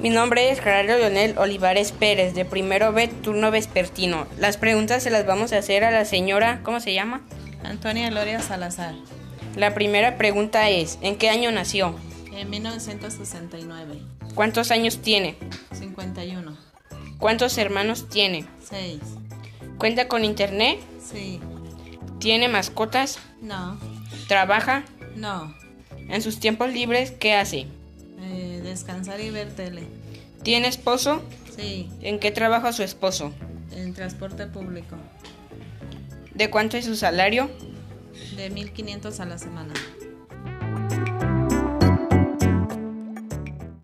Mi nombre es Gerardo Leonel Olivares Pérez, de primero B, turno vespertino. Las preguntas se las vamos a hacer a la señora, ¿cómo se llama? Antonia Gloria Salazar, La primera pregunta es, ¿en qué año nació? en 1969. ¿Cuántos años tiene? 51. ¿Cuántos hermanos tiene? 6. ¿Cuenta con internet? Sí. ¿Tiene mascotas? No. ¿Trabaja? No. ¿En sus tiempos libres qué hace? Eh, descansar y ver tele. ¿Tiene esposo? Sí. ¿En qué trabaja su esposo? En transporte público. ¿De cuánto es su salario? De 1500 a la semana.